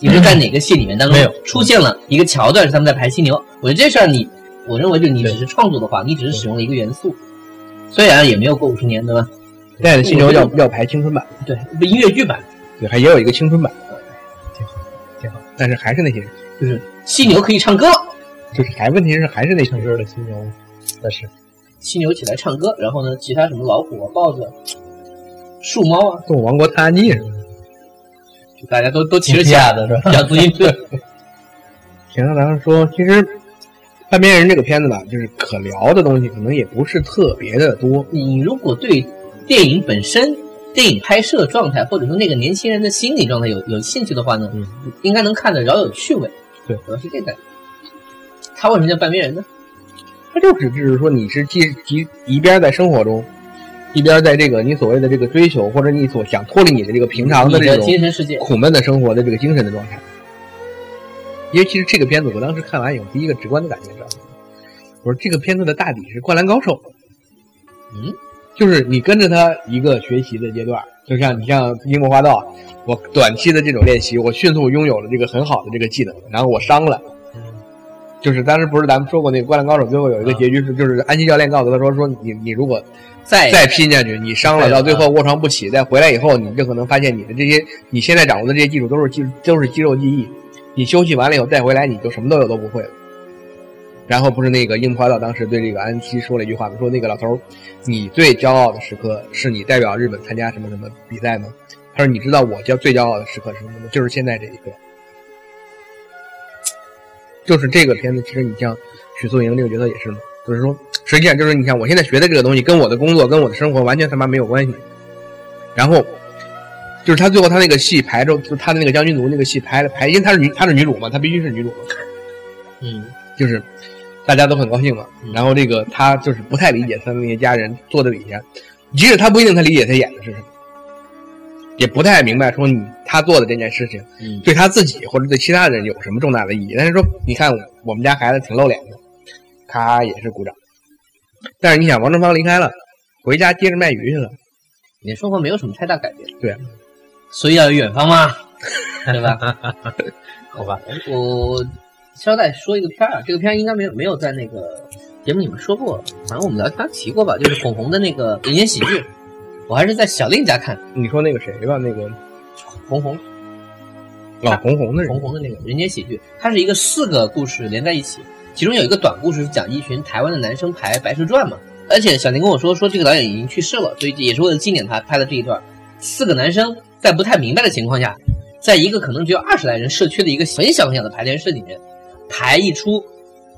Speaker 6: 你说在哪个戏里面当中
Speaker 7: 没有
Speaker 6: 出现了一个桥段是他们在排犀牛？我觉得这事儿你，我认为就你只是创作的话，你只是使用了一个元素，虽然也没有过五十年，对吧？
Speaker 5: 《恋爱的犀牛》要要排青春版，
Speaker 6: 对，不音乐剧版，
Speaker 5: 对，还也有一个青春版，挺好，挺好。但是还是那些人，
Speaker 6: 就是犀牛可以唱歌，
Speaker 5: 就是还问题是还是那些
Speaker 7: 唱
Speaker 5: 人。
Speaker 7: 歌的犀牛，但是
Speaker 6: 犀牛起来唱歌，然后呢，其他什么老虎啊、豹子啊、树猫啊，
Speaker 5: 动物王国探案记什么的。
Speaker 6: 就大家都都骑着
Speaker 7: 挺
Speaker 6: 骑
Speaker 7: 吓的是吧？
Speaker 6: 养自行车，
Speaker 5: 行，咱们说，其实《半边人》这个片子吧，就是可聊的东西可能也不是特别的多。
Speaker 6: 你如果对电影本身、电影拍摄状态，或者说那个年轻人的心理状态有有兴趣的话呢，
Speaker 5: 嗯
Speaker 6: 应该能看得饶有趣味。
Speaker 5: 对，
Speaker 6: 主要是这个。他为什么叫半边人呢？
Speaker 5: 它就是就是说，你是既一一边在生活中，一边在这个你所谓的这个追求，或者你所想脱离你的这个平常
Speaker 6: 你
Speaker 5: 的这
Speaker 6: 的
Speaker 5: 种
Speaker 6: 精神世界，
Speaker 5: 苦闷的生活的这个精神的状态。因为其实这个片子我当时看完以后，第一个直观的感觉是什么？我说这个片子的大底是《灌篮高手》。
Speaker 6: 嗯，
Speaker 5: 就是你跟着他一个学习的阶段，就像你像樱木花道，我短期的这种练习，我迅速拥有了这个很好的这个技能，然后我伤了。就是当时不是咱们说过那个《灌篮高手》最后有一个结局是，就是安西教练告诉他说说你你如果
Speaker 6: 在
Speaker 5: 再拼下去，你伤了，
Speaker 6: 对
Speaker 5: 到最后卧床不起，再回来以后，你就可能发现你的这些你现在掌握的这些技术都是肌都是肌肉记忆，你休息完了以后再回来，你就什么都有都不会了。然后不是那个樱木花道当时对这个安西说了一句话吗，说那个老头儿，你最骄傲的时刻是你代表日本参加什么什么比赛吗？他说你知道我叫最骄傲的时刻是什么吗？就是现在这一刻。就是这个片子，其实你像许素莹这个角色也是嘛，就是说，实际上就是你像我现在学的这个东西，跟我的工作、跟我的生活完全他妈没有关系。然后，就是他最后他那个戏排着，就是他的那个将军族那个戏排了排，因为她是女，她是女主嘛，她必须是女主嘛，
Speaker 6: 嗯，
Speaker 5: 就是大家都很高兴嘛。然后这个他就是不太理解他的那些家人坐在底下，即使他不一定他理解他演的是什么，也不太明白说你他做的这件事情，
Speaker 6: 嗯
Speaker 5: 对他自己或者对其他人有什么重大的意义。但是说你看我们家孩子挺露脸的，咔也是鼓掌。但是你想，王正芳离开了，回家接着卖鱼去了，
Speaker 6: 你的生活没有什么太大改变。
Speaker 5: 对，
Speaker 6: 所以要有远方 嘛，对吧？
Speaker 7: 好吧，
Speaker 6: 我捎带说一个片儿啊，这个片儿应该没有没有在那个节目里面说过，反正我们聊天提过吧，就是孔红的那个人间喜剧，我还是在小令家看
Speaker 5: 你说那个谁吧，那个
Speaker 6: 红红。
Speaker 5: 老红红的人
Speaker 6: 红，红的那个人间喜剧，它是一个四个故事连在一起，其中有一个短故事是讲一群台湾的男生排《白蛇传》嘛。而且小林跟我说，说这个导演已经去世了，所以也是为了纪念他拍的这一段。四个男生在不太明白的情况下，在一个可能只有二十来人社区的一个很小很小的排练室里面，排一出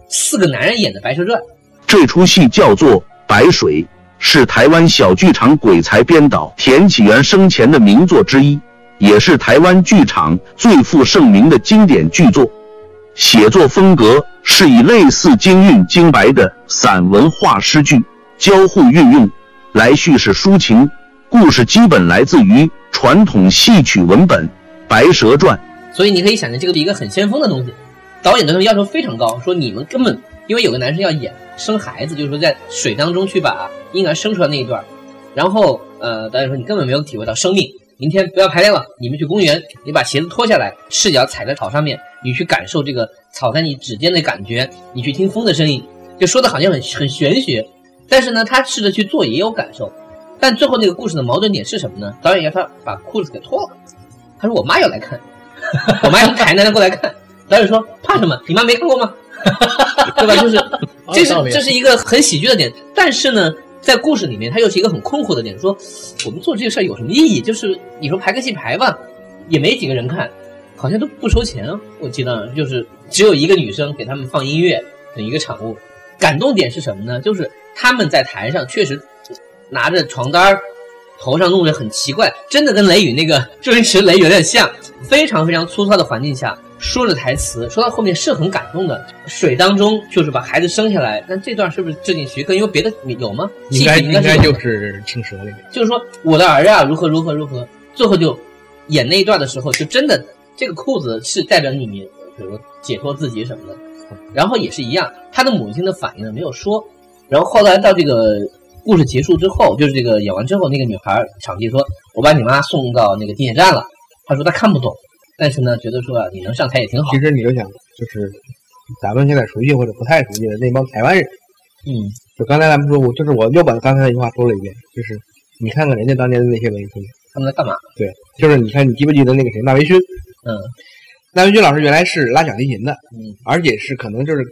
Speaker 6: 四个男人演的《白蛇传》。
Speaker 8: 这出戏叫做《白水》，是台湾小剧场鬼才编导田启源生前的名作之一，也是台湾剧场最负盛名的经典巨作。写作风格是以类似京韵京白的散文化诗句交互运用来叙事抒情，故事基本来自于传统戏曲文本《白蛇传》。
Speaker 6: 所以你可以想象这个是一个很先锋的东西。导演对他们要求非常高，说你们根本因为有个男生要演生孩子，就是说在水当中去把婴儿生出来那一段儿，然后呃，导演说你根本没有体会到生命。明天不要排练了，你们去公园，你把鞋子脱下来，赤脚踩在草上面，你去感受这个草在你指尖的感觉，你去听风的声音，就说的好像很很玄学，但是呢，他试着去做也有感受，但最后那个故事的矛盾点是什么呢？导演要他把裤子给脱了，他说我妈要来看， 我妈从台南过来看。导演说：“怕什么？你妈没看过吗？” 对吧？ 就是，这
Speaker 7: 道理啊
Speaker 6: 是这是一个很喜剧的点，但是呢，在故事里面，它又是一个很困惑的点。说我们做这个事儿有什么意义？就是你说排个戏排吧，也没几个人看，好像都不收钱啊。我记得就是只有一个女生给他们放音乐的一个场务。感动点是什么呢？就是他们在台上确实拿着床单儿，头上弄着很奇怪，真的跟雷雨那个周星驰雷雨有点像，非常非常粗糙的环境下说着台词，说到后面是很感动的。水当中就是把孩子生下来，但这段是不是致敬徐克？因为别的有吗？
Speaker 5: 应该
Speaker 6: 戏里
Speaker 5: 应
Speaker 6: 是
Speaker 5: 该
Speaker 6: 有的
Speaker 5: 就是青蛇里面。
Speaker 6: 就是说我的儿啊，如何如何如何，最后就演那一段的时候，就真的这个裤子是代表你，比如说解脱自己什么的。然后也是一样，他的母亲的反应呢没有说。然后后来到这个故事结束之后，就是这个演完之后，那个女孩儿场地说：“我把你妈送到那个地铁站了。”她说她看不懂，但是呢，觉得说啊，你能上台也挺好
Speaker 5: 其。实你就想，就是咱们现在熟悉或者不太熟悉的那帮台湾人，嗯，就刚才咱们说过，就是我又把刚才那句话说了一遍，就是你看看人家当年的那些文艺青年，
Speaker 6: 他们在干嘛？
Speaker 5: 对，就是你看你记不记得那个谁纳维勋？
Speaker 6: 嗯，
Speaker 5: 纳维勋老师原来是拉小提琴的，
Speaker 6: 嗯，
Speaker 5: 而且是可能就是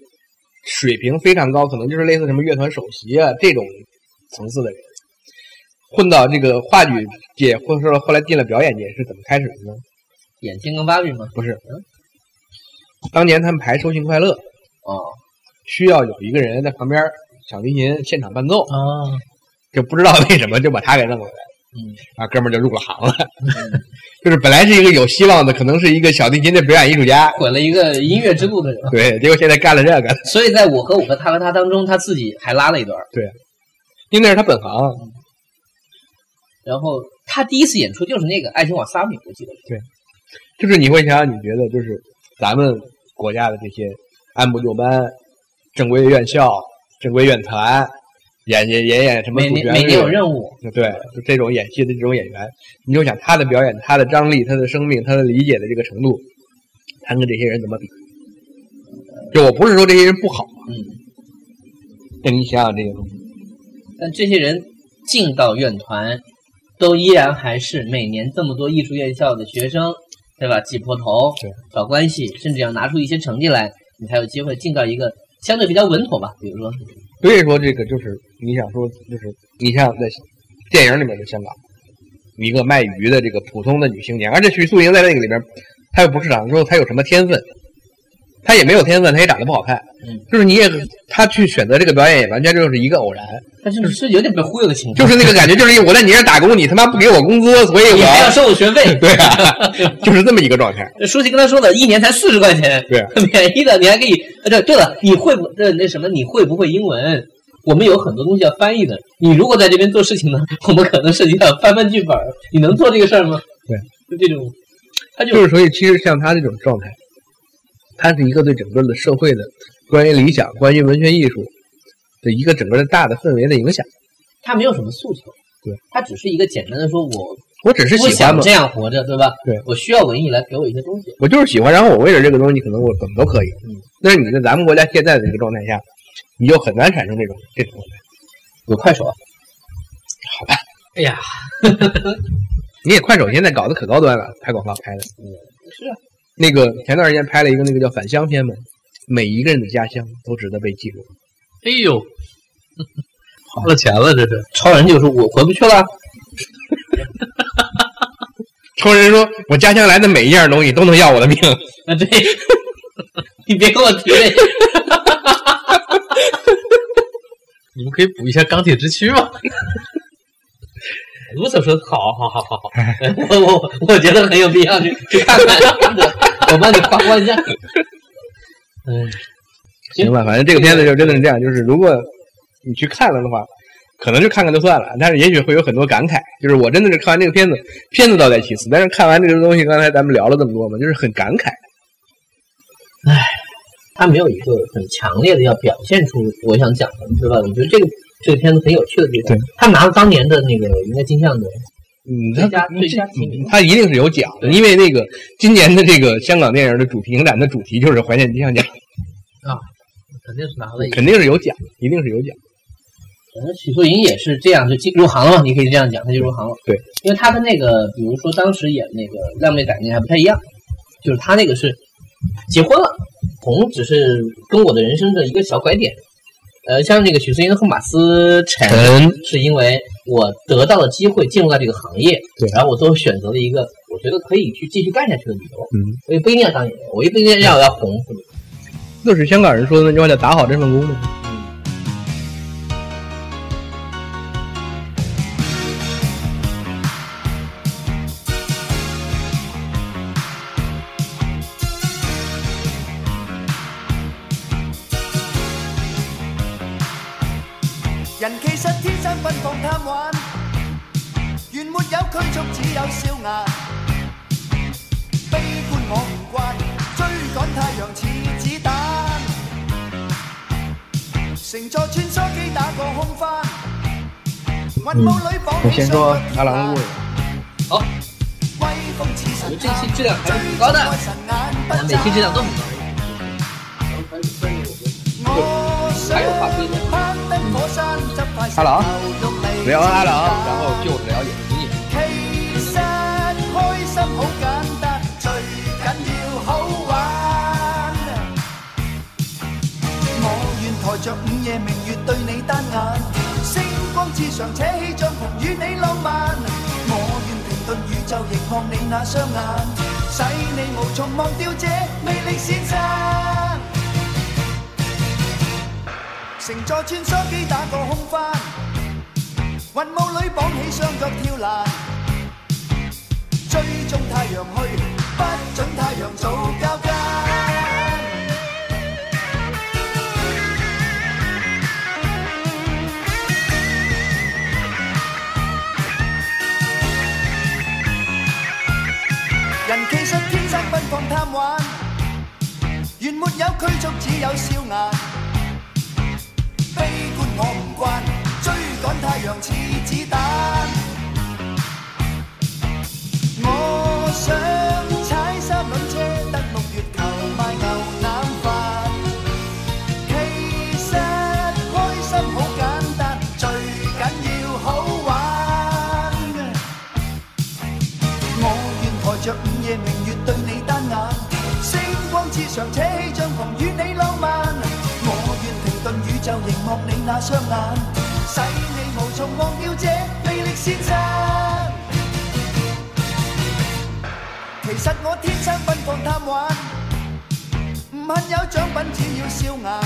Speaker 5: 水平非常高，可能就是类似什么乐团首席啊这种层次的人，混到这个话剧界，或者说后来进了表演界是怎么开始的呢？
Speaker 6: 演天跟芭比吗？
Speaker 5: 不是，当年他们排《收信快乐》，
Speaker 6: 哦
Speaker 5: 需要有一个人在旁边小提琴现场伴奏，
Speaker 6: 啊，
Speaker 5: 就不知道为什么就把他给弄过来，
Speaker 6: 嗯，
Speaker 5: 啊，哥们儿就入了行了， 就是本来是一个有希望的，可能是一个小提琴的表演艺术家，
Speaker 6: 毁了一个音乐之路的人。
Speaker 5: 对，结果现在干了这个，
Speaker 6: 所以在我和我和他和他当中，他自己还拉了一段儿。
Speaker 5: 因为那是他本行，
Speaker 6: 然后他第一次演出就是那个《爱情瓦萨比》，我记得是。
Speaker 5: 就是你会想想，你觉得就是咱们国家的这些按部就班、正规院校、正规院团，演演演演什么
Speaker 6: 每
Speaker 5: 主
Speaker 6: 年
Speaker 5: 旋
Speaker 6: 每年有
Speaker 5: 律。
Speaker 6: 任务，
Speaker 5: 对，就这种演戏的这种演员，你就想他的表演、他的张力、他的生命、他的理解的这个程度，他跟这些人怎么比？就我不是说这些人不好，
Speaker 6: 嗯，
Speaker 5: 但你想想这个东西，
Speaker 6: 但这些人进到院团，都依然还是每年这么多艺术院校的学生，对吧？挤破头
Speaker 5: 对，
Speaker 6: 找关系，甚至要拿出一些成绩来，你才有机会进到一个相对比较稳妥吧，比如说
Speaker 5: 所以说这个就是你想说，就是你像在电影里面的香港，一个卖鱼的这个普通的女青年，而且许素莹在那个里边，她又不是长得说她有什么天分，她也没有天分，她也长得不好看，
Speaker 6: 嗯，
Speaker 5: 就是你也她去选择这个表演也完全就是一个偶然，
Speaker 6: 但是是有点被忽悠的情况，
Speaker 5: 就是那个感觉，就是我在你这儿打工，你他妈不给我工资，所以
Speaker 6: 你还要
Speaker 5: 我
Speaker 6: 收我学费。
Speaker 5: 对啊，就是这么一个状态。
Speaker 6: 这书记跟他说的，一年才四十块钱，
Speaker 5: 对，
Speaker 6: 便宜的，你还可以。呃，对，对了，你会不呃那什么？你会不会英文？我们有很多东西要翻译的。你如果在这边做事情呢， 我们可能涉及到翻翻剧本儿，你能做这个事儿吗？
Speaker 5: 对，
Speaker 6: 就这种，他就
Speaker 5: 就是所以，其实像他这种状态，他是一个对整个的社会的关于理想、关于文学艺术的一个整个的大的氛围的影响。
Speaker 6: 他没有什么诉求，
Speaker 5: 对，
Speaker 6: 他只是一个简单的说，我
Speaker 5: 我只是
Speaker 6: 我
Speaker 5: 喜欢
Speaker 6: 想
Speaker 5: 嘛
Speaker 6: 这，样活着，对吧？
Speaker 5: 对，
Speaker 6: 我需要文艺来给我一些东西。
Speaker 5: 我就是喜欢，然后我为了这个东西，可能我怎么都可以。
Speaker 6: 嗯，
Speaker 5: 但是你在咱们国家现在的这个状态下，你就很难产生这种这种状态。
Speaker 6: 有快手啊，
Speaker 7: 哎呀，
Speaker 5: 你也快手现在搞得可高端了，拍广告拍的。
Speaker 6: 是啊，
Speaker 5: 那个前段时间拍了一个那个叫《返乡篇》嘛，每一个人的家乡都值得被记
Speaker 6: 嗯
Speaker 5: 录。
Speaker 7: 哎呦，花了钱了，这是
Speaker 6: 超人就说我回不去了，
Speaker 5: 超人说：“我家乡来的每一样东西都能要我的命。”
Speaker 6: 啊对，你别跟我提这个。
Speaker 7: 你们可以补一下钢铁之躯吗？卢总说：“好好好 好好，
Speaker 6: 我我我觉得很有必要去去看看，我帮你发光一下。嗯
Speaker 5: 行吧，反正这个片子就真的是这样，就是如果你去看了的话，可能就看看就算了，但是也许会有很多感慨。就是我真的是看完这个片子，片子倒在其次，但是看完这个东西，刚才咱们聊了这么多嘛，就是很感慨。
Speaker 6: 他没有一个很强烈的要表现出我想讲的，对吧？我觉得这个这个片子很有趣的地方
Speaker 5: 对，
Speaker 6: 他拿了当年的那个应该金像的，
Speaker 5: 嗯，
Speaker 6: 最
Speaker 5: 他
Speaker 6: 佳最佳提名
Speaker 5: 他一定是有奖的，因为那个今年的这个香港电影的主题影展的主题就是怀念金像奖，
Speaker 6: 肯定是拿了一个。
Speaker 5: 肯定是有奖，一定是有奖。
Speaker 6: 反正呃许素莹也是这样就进入行了嘛，你可以这样讲，他就入行了。
Speaker 5: 对，
Speaker 6: 因为他跟那个，比如说当时演那个《靓妹仔》那还不太一样，就是他那个是结婚了，红只是跟我的人生的一个小拐点。呃，像那个许素莹和马思辰，是因为我得到了机会进入到这个行业，
Speaker 5: 对
Speaker 6: 然后我最后选择了一个我觉得可以去继续干下去的理由。
Speaker 5: 嗯，
Speaker 6: 我也不一定要当演员，我也不一定要要红，
Speaker 5: 就是香港人说的那句话叫“打好这份工”嘛。
Speaker 4: 人其實天生奔放貪玩，原沒有拘束，只有笑顏。悲觀我唔慣，追趕太陽似子彈。乘坐穿梭機打個空翻，雲霧裏
Speaker 5: 我
Speaker 4: 綁起
Speaker 5: 先
Speaker 4: 雙
Speaker 5: 说
Speaker 4: 腳
Speaker 5: 阿郎的故事，
Speaker 6: 好，
Speaker 4: 威風似神
Speaker 6: 我
Speaker 4: 探
Speaker 6: 这期质量还是挺高的，
Speaker 4: 神眼不
Speaker 6: 每期质量都很高。
Speaker 4: 我想
Speaker 6: 还有话说呢
Speaker 4: 攀
Speaker 5: 阿郎，聊完阿郎，啊然后
Speaker 4: 就
Speaker 5: 就聊影迷。
Speaker 4: 其實開心好簡單，最緊要好玩。我願抬着午夜明月對你單眼，星光之上扯起帳篷與你浪漫。我願停頓宇宙凝望你那雙眼，使你無從忘掉這魅力先生。乘坐穿梭機打個空翻，雲霧裏綁起雙腳跳欄，追蹤太陽去，不准太陽早交更。人其實天生奔放貪玩，原沒有拘束，只有笑顏。悲觀我唔慣，追趕太陽似子彈。我想踩三輪車登陸月球賣牛腩飯。其實開心好簡單，最緊要好玩。我願抬着午夜明月對你單眼，星光之上扯起帳篷與你浪漫。我願停頓宇宙凝望你那雙眼，使你無從忘掉這魅力先生。其實我天生奔放貪玩，唔恨有獎品，只要笑顏。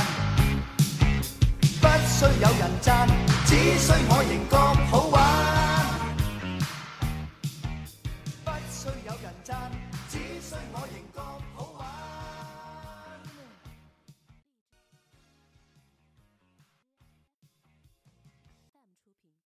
Speaker 4: 不需有人讚，只需我仍覺好玩。